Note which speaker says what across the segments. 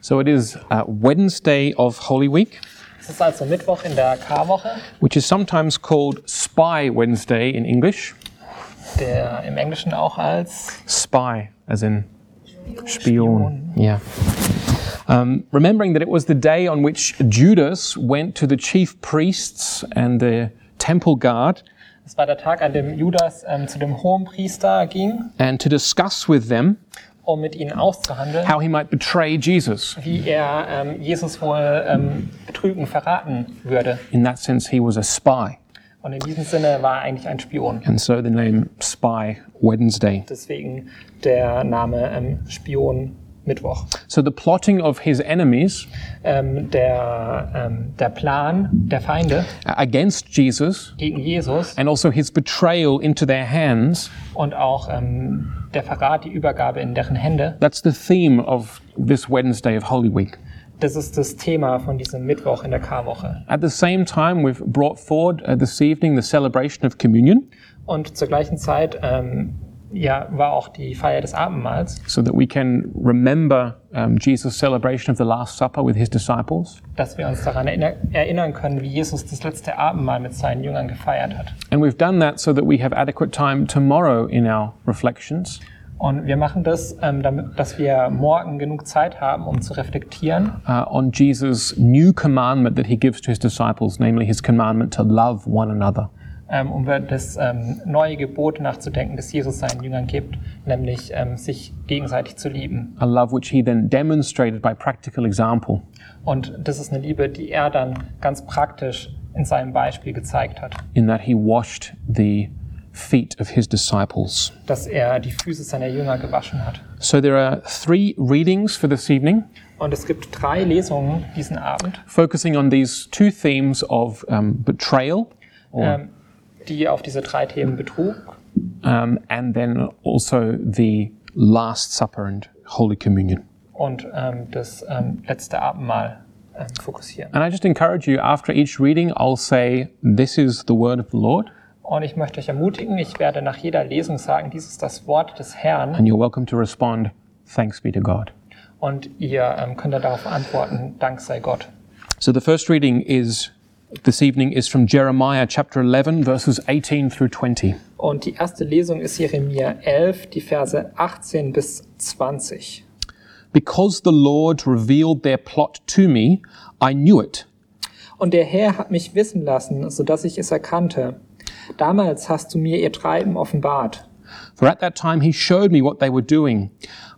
Speaker 1: So it is uh, Wednesday of Holy Week,
Speaker 2: Es ist also Mittwoch in der K-Woche,
Speaker 1: which is sometimes called Spy Wednesday in English.
Speaker 2: der im Englischen auch als
Speaker 1: Spy, as in Spion. Yeah. Um, remembering that it was the day on which Judas went to the chief priests and the temple guard
Speaker 2: es war der Tag, an dem Judas ähm, zu dem Hohenpriester ging,
Speaker 1: and to discuss with them
Speaker 2: um mit ihnen auszuhandeln,
Speaker 1: how he might betray Jesus.
Speaker 2: wie er ähm, Jesus wohl ähm, betrügen, verraten würde.
Speaker 1: In that sense, he was a spy.
Speaker 2: Und in diesem Sinne war er eigentlich ein Spion.
Speaker 1: And so the name Spy Wednesday.
Speaker 2: Deswegen der Name ähm, Spion Mittwoch.
Speaker 1: So the plotting of his enemies
Speaker 2: Ähm, der, ähm, der Plan der Feinde
Speaker 1: uh, against Jesus
Speaker 2: gegen Jesus
Speaker 1: and also his betrayal into their hands,
Speaker 2: und auch ähm, der Verrat, die Übergabe in deren Hände,
Speaker 1: that's the theme of this Wednesday of Holy Week.
Speaker 2: Das ist das Thema von diesem Mittwoch in der Karwoche.
Speaker 1: At the same time, we've brought forward uh, this evening the celebration of communion
Speaker 2: Und zur gleichen Zeit ähm, ja, war auch die Feier des Abendmahls,
Speaker 1: so that we can remember um, Jesus' celebration of the Last Supper with his disciples.
Speaker 2: dass wir uns daran erinner erinnern können, wie Jesus das letzte Abendmahl mit seinen Jüngern gefeiert hat.
Speaker 1: And we've done that so that we have adequate time tomorrow in our reflections
Speaker 2: Und wir machen das, ähm, damit, dass wir morgen genug Zeit haben, um zu reflektieren
Speaker 1: uh, on Jesus' new commandment that he gives to his disciples, namely his commandment to love one another.
Speaker 2: ähm, um über das ähm, neue Gebot nachzudenken, das Jesus seinen Jüngern gibt, nämlich ähm, sich gegenseitig zu lieben.
Speaker 1: a love which he then demonstrated by practical example.
Speaker 2: Und das ist eine Liebe, die er dann ganz praktisch in seinem Beispiel gezeigt hat.
Speaker 1: in that he washed the feet of his disciples.
Speaker 2: dass er die Füße seiner Jünger gewaschen hat.
Speaker 1: So there are three readings for this evening,
Speaker 2: Und es gibt drei Lesungen diesen Abend,
Speaker 1: focusing on these two themes of um, betrayal
Speaker 2: ähm, die auf diese drei Themen Betrug
Speaker 1: um, and then also the Last Supper and Holy Communion.
Speaker 2: und ähm, das ähm, letzte Abendmahl ähm, fokussieren.
Speaker 1: And I just encourage you, after each reading, I'll say, This is the word of the Lord,
Speaker 2: Und ich möchte euch ermutigen, ich werde nach jeder Lesung sagen, dies ist das Wort des Herrn.
Speaker 1: and you're welcome to respond, Thanks be to God.
Speaker 2: Und ihr ähm, könnt dann darauf antworten, Dank sei Gott.
Speaker 1: So the first reading is this evening is from Jeremiah chapter 11, verses 18 through 20.
Speaker 2: Und die erste Lesung ist Jeremia 11, die Verse 18 bis 20.
Speaker 1: Because the Lord revealed their plot to me, I knew it.
Speaker 2: Und der Herr hat mich wissen lassen, so dass ich es erkannte. Damals hast du mir ihr Treiben offenbart.
Speaker 1: For at that time he showed me what they were doing.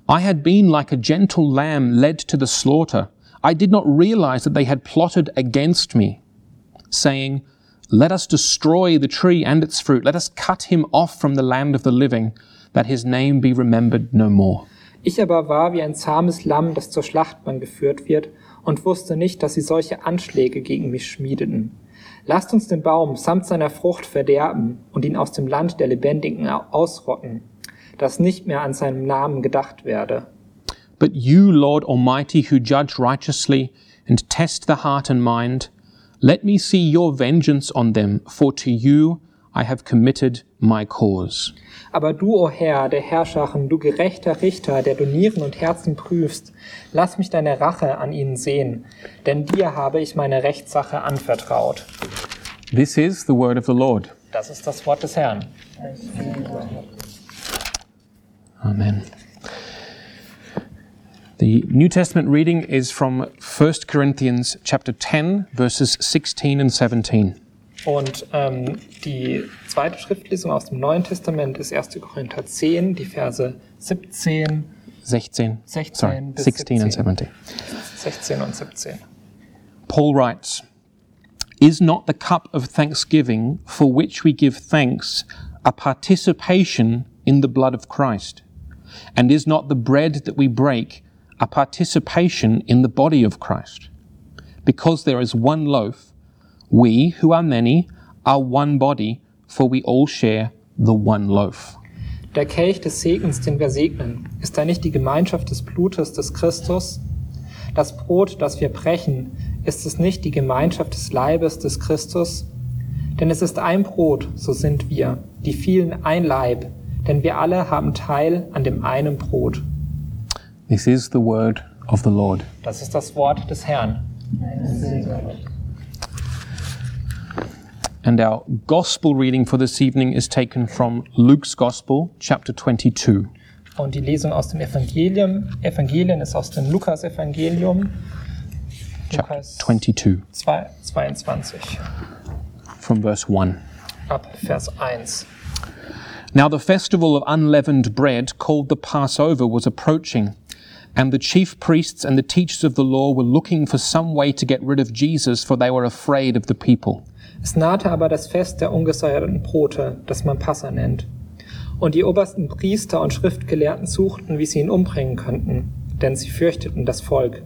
Speaker 1: I had been like a gentle lamb led to the slaughter. I did not realize that they had plotted against me, saying, Let us destroy the tree and its fruit. Let us cut him off from the land of the living, that his name be remembered no more.
Speaker 2: Ich aber war wie ein zahmes Lamm, das zur Schlachtbank geführt wird, und wusste nicht, dass sie solche Anschläge gegen mich schmiedeten. Lasst uns den Baum samt seiner Frucht verderben und ihn aus dem Land der Lebendigen au- ausrotten, dass nicht mehr an seinem Namen gedacht werde.
Speaker 1: But you, Lord Almighty, who judge righteously and test the heart and mind, let me see your vengeance on them, for to you I have committed my cause.
Speaker 2: Aber du, o Herr, der Herrscherin, du gerechter Richter, der du Nieren und Herzen prüfst, lass mich deine Rache an ihnen sehen, denn dir habe ich meine Rechtssache anvertraut.
Speaker 1: This is the word of the Lord.
Speaker 2: Das ist das Wort des Herrn.
Speaker 1: Amen. The New Testament reading is from 1 Corinthians chapter 10 verses 16 and 17.
Speaker 2: Und ähm, die zweite Schriftlesung aus dem Neuen Testament ist 1. Korinther 10, die Verse 17,
Speaker 1: 16.
Speaker 2: 16
Speaker 1: Sorry,
Speaker 2: bis
Speaker 1: 16 and 17.
Speaker 2: 16 und 17.
Speaker 1: Paul writes, Is not the cup of thanksgiving for which we give thanks a participation in the blood of Christ? And is not the bread that we break a participation in the body of Christ? Because there is one loaf, we who are many are one body, for we all share the one loaf.
Speaker 2: Der Kelch des Segens, den wir segnen, ist da nicht die Gemeinschaft des Blutes des Christus? Das Brot, das wir brechen, ist es nicht die Gemeinschaft des Leibes des Christus? Denn es ist ein Brot, so sind wir, die vielen ein Leib, denn wir alle haben Teil an dem einen Brot.
Speaker 1: This is the word of the Lord.
Speaker 2: Das ist das Wort des Herrn.
Speaker 1: And our gospel reading for this evening is taken from Luke's Gospel, chapter 22.
Speaker 2: Und die Lesung aus dem Evangelium, Evangelien ist aus dem Lukas-Evangelium,
Speaker 1: Chapter
Speaker 2: Lukas
Speaker 1: 22,
Speaker 2: 2, 22,
Speaker 1: from verse 1.
Speaker 2: ab Vers 1.
Speaker 1: Now the festival of unleavened bread, called the Passover, was approaching, and the chief priests and the teachers of the law were looking for some way to get rid of Jesus, for they were afraid of the people.
Speaker 2: Es nahte aber das Fest der ungesäuerten Brote, das man Passa nennt. Und die obersten Priester und Schriftgelehrten suchten, wie sie ihn umbringen könnten, denn sie fürchteten das Volk.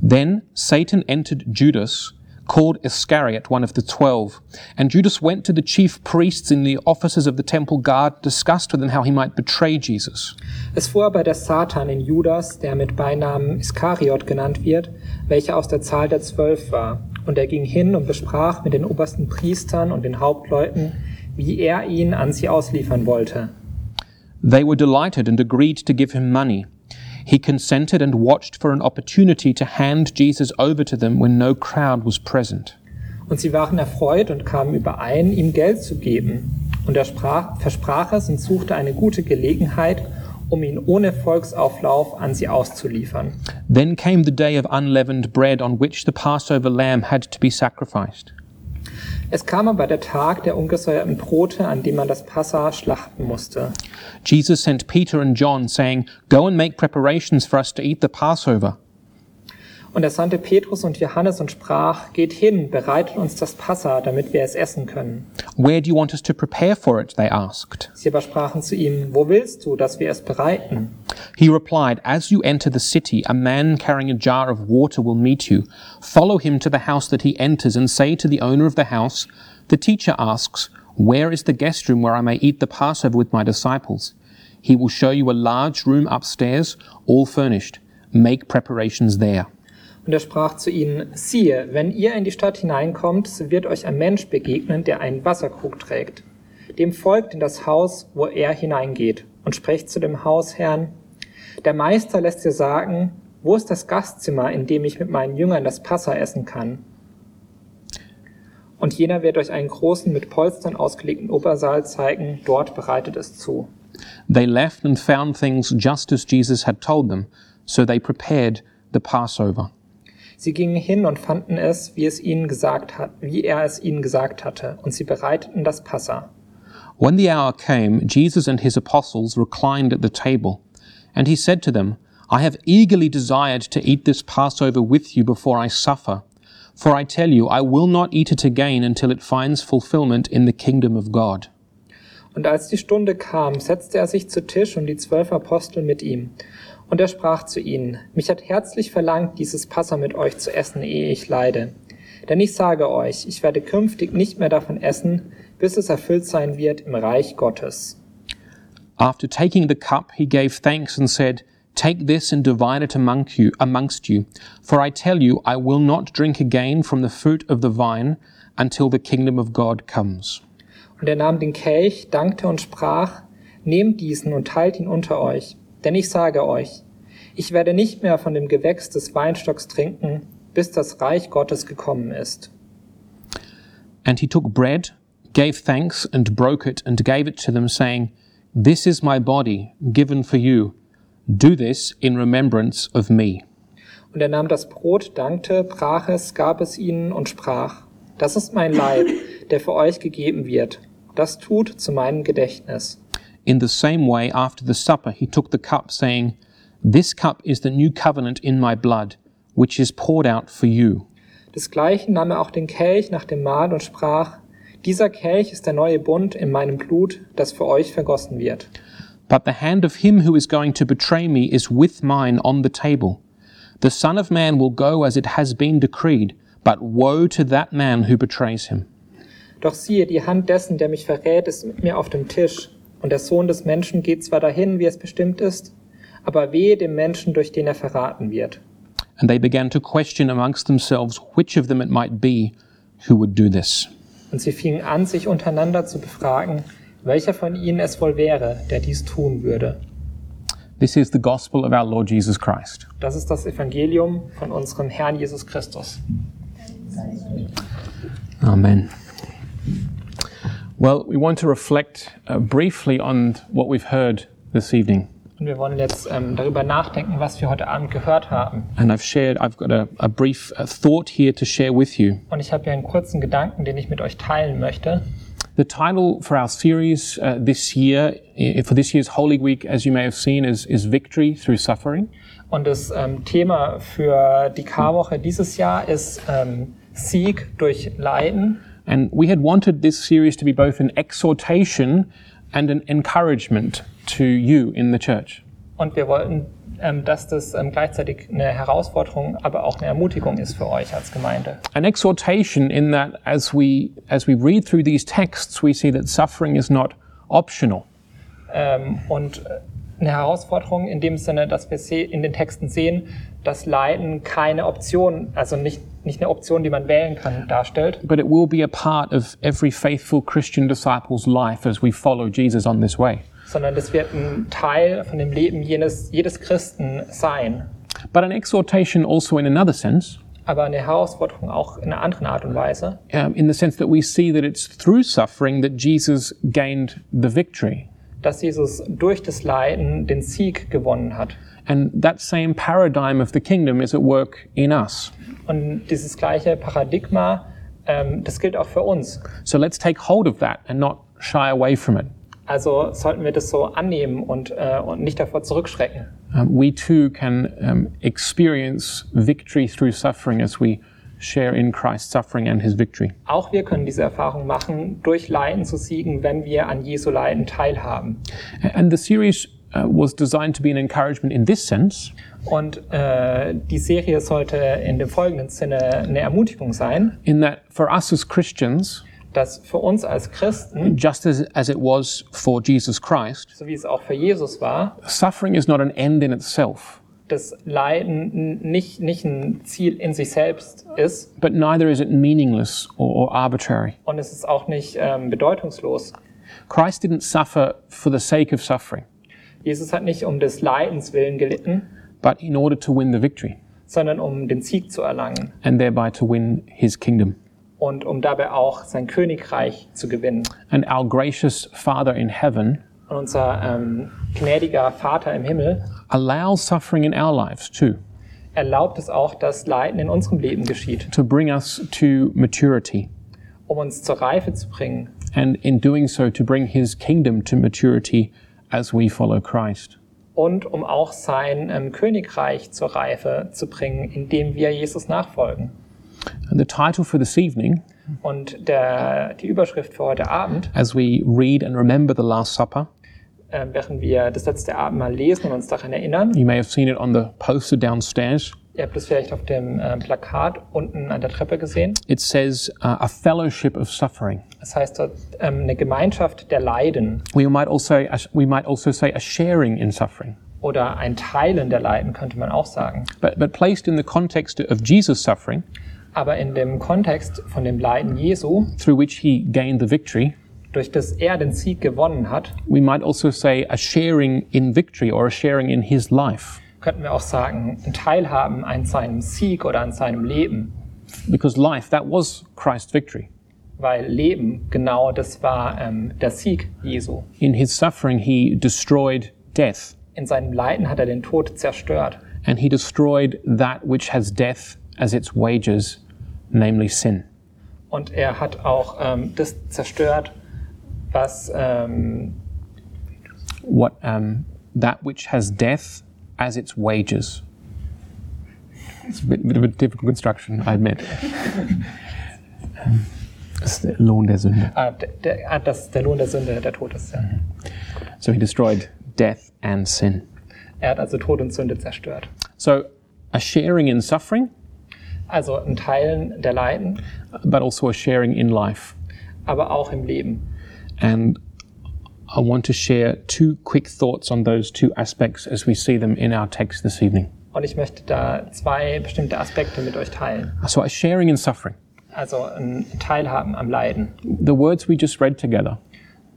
Speaker 1: Then Satan entered Judas, called Iscariot, one of the twelve. And Judas went to the chief priests and the officers of the temple guard, discussed with them how he might betray Jesus.
Speaker 2: Es fuhr aber der Satan in Judas, der mit Beinamen Iskariot genannt wird, welcher aus der Zahl der Zwölf war. Und er ging hin und besprach mit den obersten Priestern und den Hauptleuten, wie er ihn an sie ausliefern wollte.
Speaker 1: They were delighted and agreed to give him money. He consented and watched for an opportunity to hand Jesus over to them when no crowd was present.
Speaker 2: Und sie waren erfreut und kamen überein, ihm Geld zu geben. Und er sprach, versprach es und suchte eine gute Gelegenheit, um ihn ohne Volksauflauf an sie auszuliefern.
Speaker 1: Then came the day of unleavened bread on which the Passover lamb had to be sacrificed.
Speaker 2: Es kam aber der Tag der ungesäuerten Brote, an dem man das Passa schlachten musste.
Speaker 1: Jesus sent Peter and John, saying, Go and make preparations for us to eat the Passover.
Speaker 2: Und er sandte Petrus und Johannes und sprach, geht hin, bereitet uns das Passa, damit wir es essen können.
Speaker 1: Where do you want us to prepare for it? They asked.
Speaker 2: Sie aber sprachen zu ihm, wo willst du, dass wir es bereiten?
Speaker 1: He replied, As you enter the city, a man carrying a jar of water will meet you. Follow him to the house that he enters and say to the owner of the house, The teacher asks, Where is the guest room where I may eat the Passover with my disciples? He will show you a large room upstairs, all furnished. Make preparations there.
Speaker 2: Und er sprach zu ihnen, siehe, wenn ihr in die Stadt hineinkommt, so wird euch ein Mensch begegnen, der einen Wasserkrug trägt. Dem folgt in das Haus, wo er hineingeht, und sprecht zu dem Hausherrn, der Meister lässt dir sagen, wo ist das Gastzimmer, in dem ich mit meinen Jüngern das Passa essen kann? Und jener wird euch einen großen, mit Polstern ausgelegten Obersaal zeigen, dort bereitet es zu.
Speaker 1: They left and found things just as Jesus had told them, so they prepared the Passover.
Speaker 2: Sie gingen hin und fanden es, wie es ihnen gesagt hat, wie er es ihnen gesagt hatte, und sie bereiteten das Passa.
Speaker 1: When the hour came, Jesus and his apostles reclined at the table, and he said to them, I have eagerly desired to eat this Passover with you before I suffer. For I tell you, I will not eat it again until it finds fulfillment in the kingdom of God.
Speaker 2: Und als die Stunde kam, setzte er sich zu Tisch und die zwölf Apostel mit ihm. Und er sprach zu ihnen, mich hat herzlich verlangt, dieses Passa mit euch zu essen, ehe ich leide. Denn ich sage euch, ich werde künftig nicht mehr davon essen, bis es erfüllt sein wird im Reich Gottes.
Speaker 1: After taking the cup, he gave thanks and said, Take this and divide it among you, amongst you. For I tell you, I will not drink again from the fruit of the vine until the kingdom of God comes.
Speaker 2: Und er nahm den Kelch, dankte und sprach, Nehmt diesen und teilt ihn unter euch. Denn ich sage euch, ich werde nicht mehr von dem Gewächs des Weinstocks trinken, bis das Reich Gottes gekommen ist.
Speaker 1: And he took bread, gave thanks, and broke it, and gave it to them, saying, This is my body, given for you. Do this in remembrance of me.
Speaker 2: Und er nahm das Brot, dankte, brach es, gab es ihnen und sprach, das ist mein Leib, der für euch gegeben wird. Das tut zu meinem Gedächtnis.
Speaker 1: In the same way, after the supper, he took the cup, saying, This cup is the new covenant in my blood, which is poured out for you.
Speaker 2: Desgleichen nahm er auch den Kelch nach dem Mahl und sprach, dieser Kelch ist der neue Bund in meinem Blut, das für euch vergossen wird.
Speaker 1: But the hand of him who is going to betray me is with mine on the table. The Son of Man will go as it has been decreed, but woe to that man who betrays him.
Speaker 2: Doch siehe, die Hand dessen, der mich verrät, ist mit mir auf dem Tisch. Und der Sohn des Menschen geht zwar dahin, wie es bestimmt ist, aber wehe dem Menschen, durch den er verraten wird.
Speaker 1: And they began to question amongst themselves which of them it might be who would do this.
Speaker 2: Und sie fingen an, sich untereinander zu befragen, welcher von ihnen es wohl wäre, der dies tun würde.
Speaker 1: This is the gospel of our Lord Jesus Christ.
Speaker 2: Das ist das Evangelium von unserem Herrn Jesus Christus.
Speaker 1: Amen. Well, we want to reflect uh, briefly on what we've heard this evening.
Speaker 2: Und wir wollen jetzt ähm, darüber nachdenken, was wir heute Abend gehört haben.
Speaker 1: And I've shared, I've got a, a brief uh, thought here to share with you.
Speaker 2: Und ich habe hier einen kurzen Gedanken, den ich mit euch teilen möchte.
Speaker 1: The title for our series uh, this year, i- for this year's Holy Week, as you may have seen, is, is Victory Through Suffering.
Speaker 2: Und das ähm, Thema für die Karwoche dieses Jahr ist ähm, Sieg durch Leiden.
Speaker 1: And we had wanted this series to be both an exhortation and an encouragement to you in the church.
Speaker 2: Und wir wollten, ähm, dass das ähm, gleichzeitig eine Herausforderung, aber auch eine Ermutigung ist für euch als Gemeinde.
Speaker 1: An exhortation in that as we, as we read through these texts, we see that suffering is not optional.
Speaker 2: Ähm, und äh, eine Herausforderung in dem Sinne, dass wir se- in den Texten sehen, dass Leiden keine Option, also nicht, nicht eine Option, die man wählen kann, darstellt,
Speaker 1: but it will be a part of every faithful Christian disciple's life as we follow Jesus on this way.
Speaker 2: sondern das wird ein Teil von dem Leben jenes, jedes Christen sein.
Speaker 1: But an exhortation also in another sense,
Speaker 2: Aber eine Herausforderung auch in einer anderen Art und Weise,
Speaker 1: um, in the sense that we see that it's through suffering that Jesus gained the victory.
Speaker 2: dass Jesus durch das Leiden den Sieg gewonnen hat.
Speaker 1: And that same paradigm of the kingdom is at work in us.
Speaker 2: Und dieses gleiche Paradigma, ähm, das gilt auch für uns.
Speaker 1: So let's take hold of that and not shy away from it.
Speaker 2: Also sollten wir das so annehmen und, äh, und nicht davor zurückschrecken.
Speaker 1: Um, we too can um, experience victory through suffering as we share in Christ's suffering and his victory.
Speaker 2: Auch wir können diese Erfahrung machen, durch Leiden zu siegen, wenn wir an Jesu Leiden teilhaben.
Speaker 1: And the series uh, was designed to be an encouragement in this sense.
Speaker 2: Und äh, die Serie sollte in dem folgenden Sinne eine Ermutigung sein,
Speaker 1: in that for us as Christians,
Speaker 2: dass für uns als Christen,
Speaker 1: just as, as it was for Jesus Christ,
Speaker 2: so wie es auch für Jesus war,
Speaker 1: suffering is not an end in itself,
Speaker 2: das Leiden n- nicht, nicht ein Ziel in sich selbst ist
Speaker 1: but neither is it meaningless or, or arbitrary.
Speaker 2: und es ist auch nicht ähm, bedeutungslos.
Speaker 1: Christ didn't suffer for the sake of suffering,
Speaker 2: Jesus hat nicht um des Leidens willen gelitten,
Speaker 1: but in order to win the victory
Speaker 2: sondern um den Sieg zu erlangen
Speaker 1: and thereby to win his kingdom.
Speaker 2: und um dabei auch sein Königreich zu gewinnen.
Speaker 1: And our gracious Father in heaven
Speaker 2: Und unser ähm, gnädiger Vater im Himmel
Speaker 1: allows suffering in our lives too,
Speaker 2: erlaubt es auch, dass Leiden in unserem Leben geschieht,
Speaker 1: to bring us to maturity,
Speaker 2: um uns zur Reife zu bringen
Speaker 1: and in doing so, to bring his kingdom to maturity as we follow Christ.
Speaker 2: und um auch sein ähm, Königreich zur Reife zu bringen, indem wir Jesus nachfolgen.
Speaker 1: And the title for this evening
Speaker 2: Und der, die Überschrift für heute Abend,
Speaker 1: as we read and remember the Last Supper.
Speaker 2: äh, während wir das letzte Abendmahl lesen und uns daran erinnern,
Speaker 1: You may have seen it on the poster downstairs.
Speaker 2: ihr habt es vielleicht auf dem ähm, Plakat unten an der Treppe gesehen,
Speaker 1: It says, uh, a fellowship of suffering.
Speaker 2: das heißt dort ähm, eine Gemeinschaft der Leiden
Speaker 1: We might, also, we might also say a sharing in suffering.
Speaker 2: oder ein Teilen der Leiden, könnte man auch sagen.
Speaker 1: But, but placed in the context of Jesus' suffering,
Speaker 2: Aber in dem Kontext von dem Leiden Jesu,
Speaker 1: through which he gained the victory,
Speaker 2: durch das er den Sieg gewonnen hat,
Speaker 1: we might also say a sharing in victory or a sharing in his life.
Speaker 2: könnten wir auch sagen, ein Teilhaben an seinem Sieg oder an seinem Leben.
Speaker 1: Because life, that was Christ's victory.
Speaker 2: Weil Leben, genau das war ähm, der Sieg Jesu.
Speaker 1: In his suffering, he destroyed death,
Speaker 2: In seinem Leiden hat er den Tod zerstört.
Speaker 1: and he destroyed that which has death as its wages, namely sin.
Speaker 2: Und er hat auch ähm, das zerstört, was ähm,
Speaker 1: what um, that which has death as its wages. It's a bit, bit of a difficult construction, I admit. Um, it's the Lohn der Sünde.
Speaker 2: ah, der, der, ah, das, der Lohn der Sünde, der Tod ist. Ja.
Speaker 1: So he destroyed death and sin.
Speaker 2: Er hat also Tod und Sünde zerstört.
Speaker 1: So a sharing in suffering,
Speaker 2: Also ein Teilen der Leiden,
Speaker 1: but also a sharing in life.
Speaker 2: aber auch im Leben.
Speaker 1: And I want to share two quick thoughts on those two aspects as we see them in our text this evening.
Speaker 2: Und ich möchte da zwei bestimmte Aspekte mit euch teilen.
Speaker 1: So a sharing in suffering.
Speaker 2: Also ein Teilhaben am Leiden.
Speaker 1: The words we just read together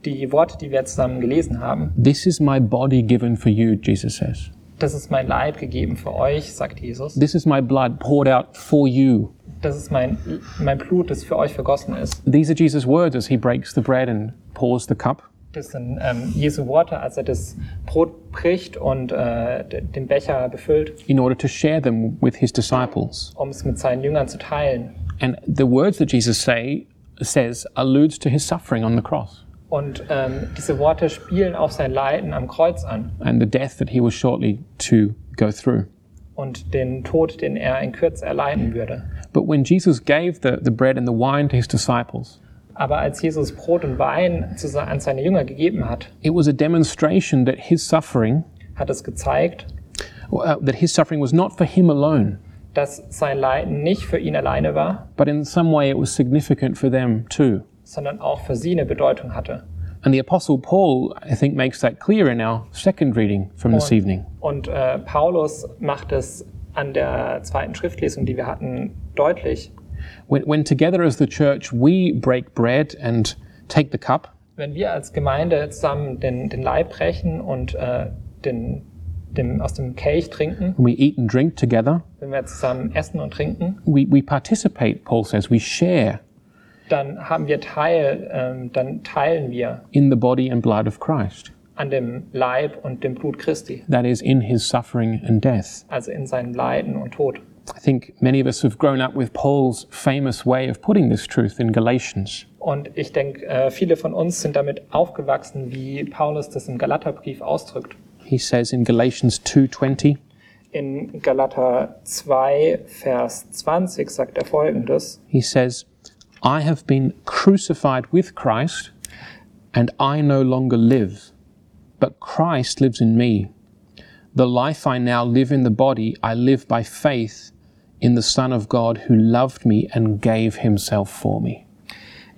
Speaker 2: die Worte, die wir zusammen gelesen haben.
Speaker 1: This is my body given for you, Jesus says.
Speaker 2: Das ist mein Leib gegeben für euch, sagt Jesus.
Speaker 1: This is my blood poured out for you.
Speaker 2: Das ist mein, mein Blut, das für euch vergossen ist.
Speaker 1: These are Jesus' words as he breaks the bread and pours the cup.
Speaker 2: Das sind ähm, Jesu Worte, als er das Brot bricht und äh, d- den Becher befüllt,
Speaker 1: in order to share them with his disciples.
Speaker 2: um es mit seinen Jüngern zu teilen.
Speaker 1: And the words that Jesus say says alludes to his suffering on the cross
Speaker 2: Und ähm, diese Worte spielen auf sein Leiden am Kreuz an
Speaker 1: and the death that he was shortly to go through.
Speaker 2: und den Tod, den er in Kürze erleiden würde.
Speaker 1: But when Jesus gave the, the bread and the wine to his disciples,
Speaker 2: Aber als Jesus Brot und Wein zu, se- an seine Jünger gegeben hat,
Speaker 1: it was a demonstration that his suffering
Speaker 2: hat es gezeigt,
Speaker 1: uh, that his suffering was not for him alone,
Speaker 2: dass sein Leiden nicht für ihn alleine war,
Speaker 1: but in some way it was significant for them too.
Speaker 2: sondern auch für sie eine Bedeutung hatte.
Speaker 1: And the apostle Paul I think makes that clear in our second reading from this evening.
Speaker 2: Und äh, Paulus macht es an der zweiten Schriftlesung, die wir hatten, deutlich.
Speaker 1: When, when together as the church we break bread and take the cup,
Speaker 2: Wenn wir als Gemeinde zusammen den, den Leib brechen und äh, den, dem, aus dem Kelch trinken,
Speaker 1: when we eat and drink together,
Speaker 2: wenn wir zusammen essen und trinken,
Speaker 1: we, we participate, Paul says, we share
Speaker 2: dann haben wir Teil, ähm, dann teilen wir
Speaker 1: in the body and blood of Christ,
Speaker 2: an dem Leib und dem Blut Christi,
Speaker 1: that is, in his suffering and death.
Speaker 2: also in seinem Leiden und Tod.
Speaker 1: I think many of us have grown up with Paul's famous way of putting this truth in Galatians.
Speaker 2: Und ich denke, äh, viele von uns sind damit aufgewachsen, wie Paulus das im Galaterbrief ausdrückt.
Speaker 1: He says in Galatians 2:20,
Speaker 2: In Galater 2, Vers 20 sagt er folgendes.
Speaker 1: he says, "I have been crucified with Christ, and I no longer live, but Christ lives in me. The life I now live in the body, I live by faith in the Son of God who loved me and gave himself for me."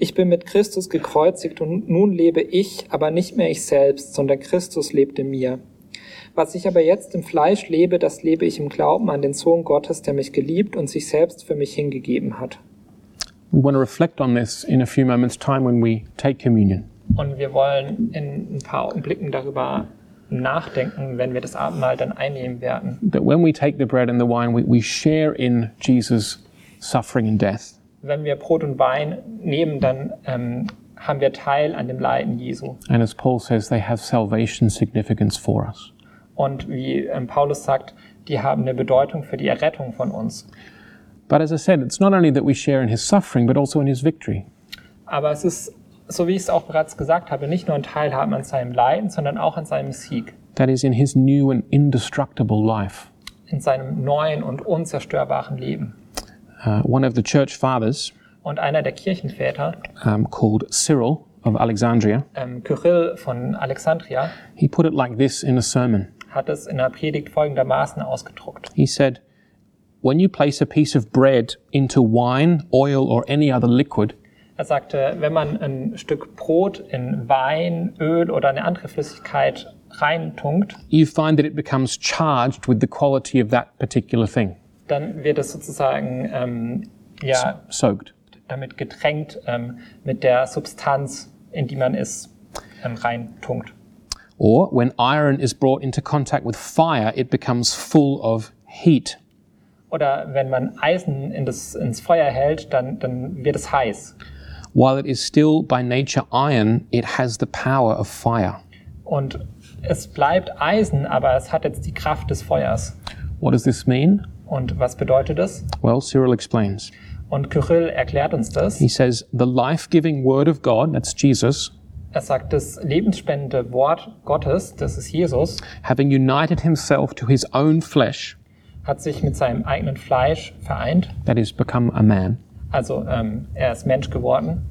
Speaker 2: Ich bin mit Christus gekreuzigt und nun lebe ich, aber nicht mehr ich selbst, sondern Christus lebt in mir. Was ich aber jetzt im Fleisch lebe, das lebe ich im Glauben an den Sohn Gottes, der mich geliebt und sich selbst für mich hingegeben hat.
Speaker 1: We want to reflect on this in a few moments' time when we take communion.
Speaker 2: Und wir wollen in ein paar Augenblicken darüber nachdenken, wenn wir das Abendmahl dann einnehmen werden.
Speaker 1: That when we take the bread and the wine, we, we share in Jesus' suffering and death.
Speaker 2: Wenn wir Brot und Wein nehmen, dann ähm, haben wir Teil an dem Leiden Jesu.
Speaker 1: And as Paul says, they have salvation significance for us.
Speaker 2: Und wie ähm, Paulus sagt, die haben eine Bedeutung für die Errettung von uns.
Speaker 1: But as I said, it's not only that we share in his suffering, but also in his victory.
Speaker 2: Aber es ist, so wie ich es auch bereits gesagt habe, nicht nur ein Teilhaben an seinem Leiden, sondern auch an seinem Sieg,
Speaker 1: That is, in his new and indestructible life.
Speaker 2: in seinem neuen und unzerstörbaren Leben.
Speaker 1: Uh, one of the church fathers,
Speaker 2: Und einer der Kirchenväter,
Speaker 1: um, called Cyril of Alexandria,
Speaker 2: ähm, Kyrill von Alexandria,
Speaker 1: he put it like this in a sermon.
Speaker 2: hat es in der Predigt folgendermaßen ausgedruckt.
Speaker 1: He said, When you place a piece of bread into wine, oil, or any other liquid,
Speaker 2: Er sagte, wenn man ein Stück Brot in Wein, Öl oder eine andere Flüssigkeit reintunkt,
Speaker 1: you find that it becomes charged with the quality of that particular thing,
Speaker 2: dann wird es sozusagen ähm, ja,
Speaker 1: soaked.
Speaker 2: damit getränkt ähm, mit der Substanz, in die man es ähm, reintunkt.
Speaker 1: Or when iron is brought into contact with fire, it becomes full of heat.
Speaker 2: Oder wenn man Eisen in das, ins Feuer hält, dann, dann wird es heiß.
Speaker 1: While it is still by nature iron, it has the power of fire.
Speaker 2: Und es bleibt Eisen, aber es hat jetzt die Kraft des Feuers.
Speaker 1: What does this mean?
Speaker 2: Und was bedeutet das?
Speaker 1: Well, Cyril explains.
Speaker 2: Und Kyrill erklärt uns das.
Speaker 1: He says, The life giving word of God, that's Jesus,
Speaker 2: Er sagt, das lebensspendende Wort Gottes, das ist Jesus,
Speaker 1: having united himself to his own flesh,
Speaker 2: hat sich mit seinem eigenen Fleisch vereint.
Speaker 1: that is, become a man,
Speaker 2: Also ähm, er ist Mensch geworden.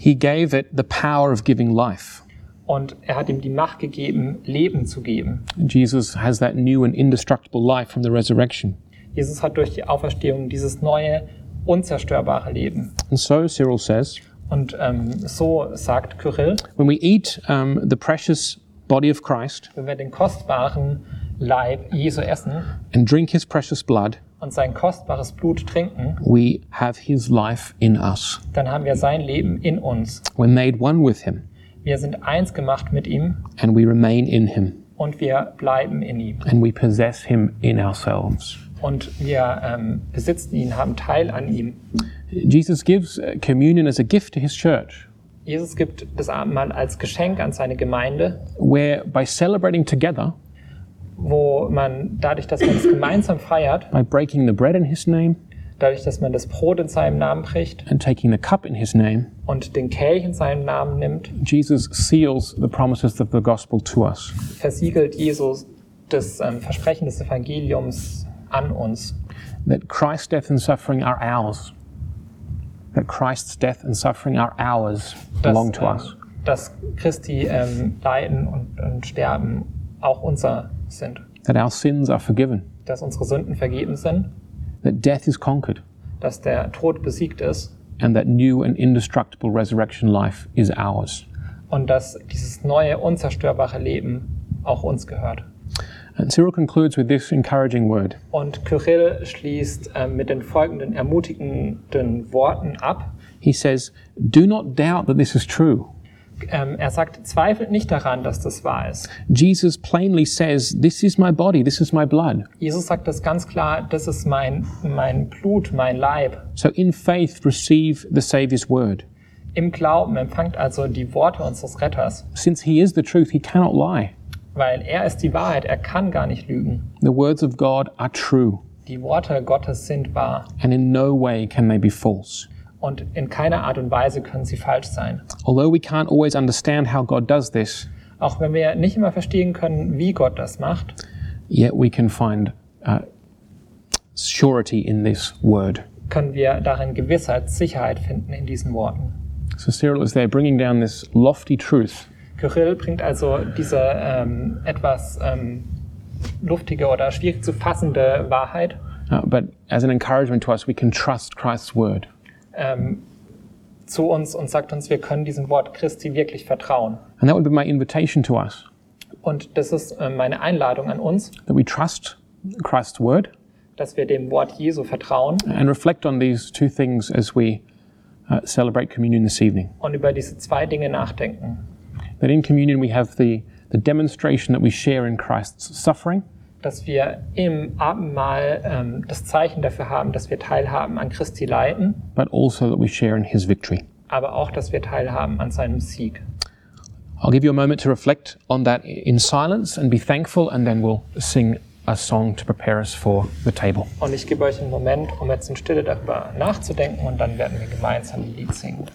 Speaker 1: he gave it the power of giving life.
Speaker 2: Und er hat ihm die Macht gegeben, Leben zu geben.
Speaker 1: Jesus has that new and indestructible life from the resurrection.
Speaker 2: Jesus hat durch die Auferstehung dieses neue, unzerstörbare Leben.
Speaker 1: And so, Cyril says,
Speaker 2: Und ähm, so sagt Kyrill,
Speaker 1: when we eat um, the precious body of Christ
Speaker 2: wenn wir den kostbaren Leib Jesu essen
Speaker 1: and drink his precious blood,
Speaker 2: und sein kostbares Blut trinken,
Speaker 1: we have his life in us.
Speaker 2: dann haben wir sein Leben in uns.
Speaker 1: We're made one with him.
Speaker 2: Wir sind eins gemacht mit ihm
Speaker 1: and we remain in him
Speaker 2: und wir bleiben in ihm.
Speaker 1: and we possess him in ourselves.
Speaker 2: Und wir ähm, besitzen ihn, haben Teil an ihm.
Speaker 1: Jesus gives uh, communion as a gift to his church,
Speaker 2: Jesus gibt das Abendmahl als Geschenk an seine Gemeinde,
Speaker 1: where by celebrating together,
Speaker 2: wo man dadurch, dass man es gemeinsam feiert,
Speaker 1: by breaking the bread in his name
Speaker 2: dadurch, dass man das Brot in seinem Namen bricht
Speaker 1: and taking the cup in his name,
Speaker 2: und den Kelch in seinem Namen nimmt,
Speaker 1: Jesus seals the promises of the gospel to us.
Speaker 2: versiegelt Jesus das ähm, Versprechen des Evangeliums an uns,
Speaker 1: That Christ's death and suffering are ours. That Christ's death and suffering are ours,
Speaker 2: dass,
Speaker 1: belong to
Speaker 2: ähm,
Speaker 1: us.
Speaker 2: dass Christi ähm, Leiden und, und Sterben auch unser sind,
Speaker 1: That our sins are forgiven.
Speaker 2: dass unsere Sünden vergeben sind,
Speaker 1: That death is conquered.
Speaker 2: dass der Tod besiegt ist
Speaker 1: And that new and indestructible resurrection life is ours.
Speaker 2: und dass dieses neue, unzerstörbare Leben auch uns gehört.
Speaker 1: And Cyril concludes with this encouraging word.
Speaker 2: Und Kyrill schließt ähm, mit den folgenden ermutigenden Worten ab.
Speaker 1: He says, Do not doubt that this is true.
Speaker 2: Ähm, er sagt, zweifelt nicht daran, dass das wahr ist.
Speaker 1: Jesus plainly says, This is my body, this is my blood.
Speaker 2: Jesus sagt das ganz klar, das ist mein, mein Blut, mein Leib.
Speaker 1: So in faith, receive the Saviour's word.
Speaker 2: Im Glauben empfangt also die Worte unseres Retters,
Speaker 1: Since he is the truth, he cannot lie.
Speaker 2: weil er ist die Wahrheit, er kann gar nicht lügen.
Speaker 1: The words of God are true,
Speaker 2: Die Worte Gottes sind wahr
Speaker 1: and in no way can they be false.
Speaker 2: und in keiner Art und Weise können sie falsch sein.
Speaker 1: Although we can't always understand how God does this,
Speaker 2: Auch wenn wir nicht immer verstehen können, wie Gott das macht,
Speaker 1: yet we can find uh, surety in this word.
Speaker 2: können wir darin Gewissheit, Sicherheit finden in diesen Worten.
Speaker 1: So Cyril is there bringing down this lofty truth
Speaker 2: Kyrill bringt also diese ähm, etwas ähm, luftige oder schwierig zu fassende Wahrheit
Speaker 1: Uh, but as an encouragement to us, we can trust Christ's word.
Speaker 2: ähm, zu uns und sagt uns, wir können diesem Wort Christi wirklich vertrauen.
Speaker 1: And that would be my invitation to us
Speaker 2: Und das ist ähm, meine Einladung an uns,
Speaker 1: that we trust Christ's word
Speaker 2: dass wir dem Wort Jesu vertrauen
Speaker 1: and reflect on these two things as we uh, celebrate communion this evening.
Speaker 2: und über diese zwei Dinge nachdenken.
Speaker 1: That in communion we have the, the demonstration that we share in Christ's suffering,
Speaker 2: Dass wir im Abendmahl ähm, das Zeichen dafür haben, dass wir teilhaben an Christi Leiden,
Speaker 1: but also that we share in his victory.
Speaker 2: aber auch, dass wir teilhaben an seinem Sieg.
Speaker 1: I'll give you a moment to reflect on that in silence and be thankful, and then we'll sing a song to prepare us for the table.
Speaker 2: Und ich gebe euch einen Moment, um jetzt in Stille darüber nachzudenken und dann werden wir gemeinsam ein Lied singen.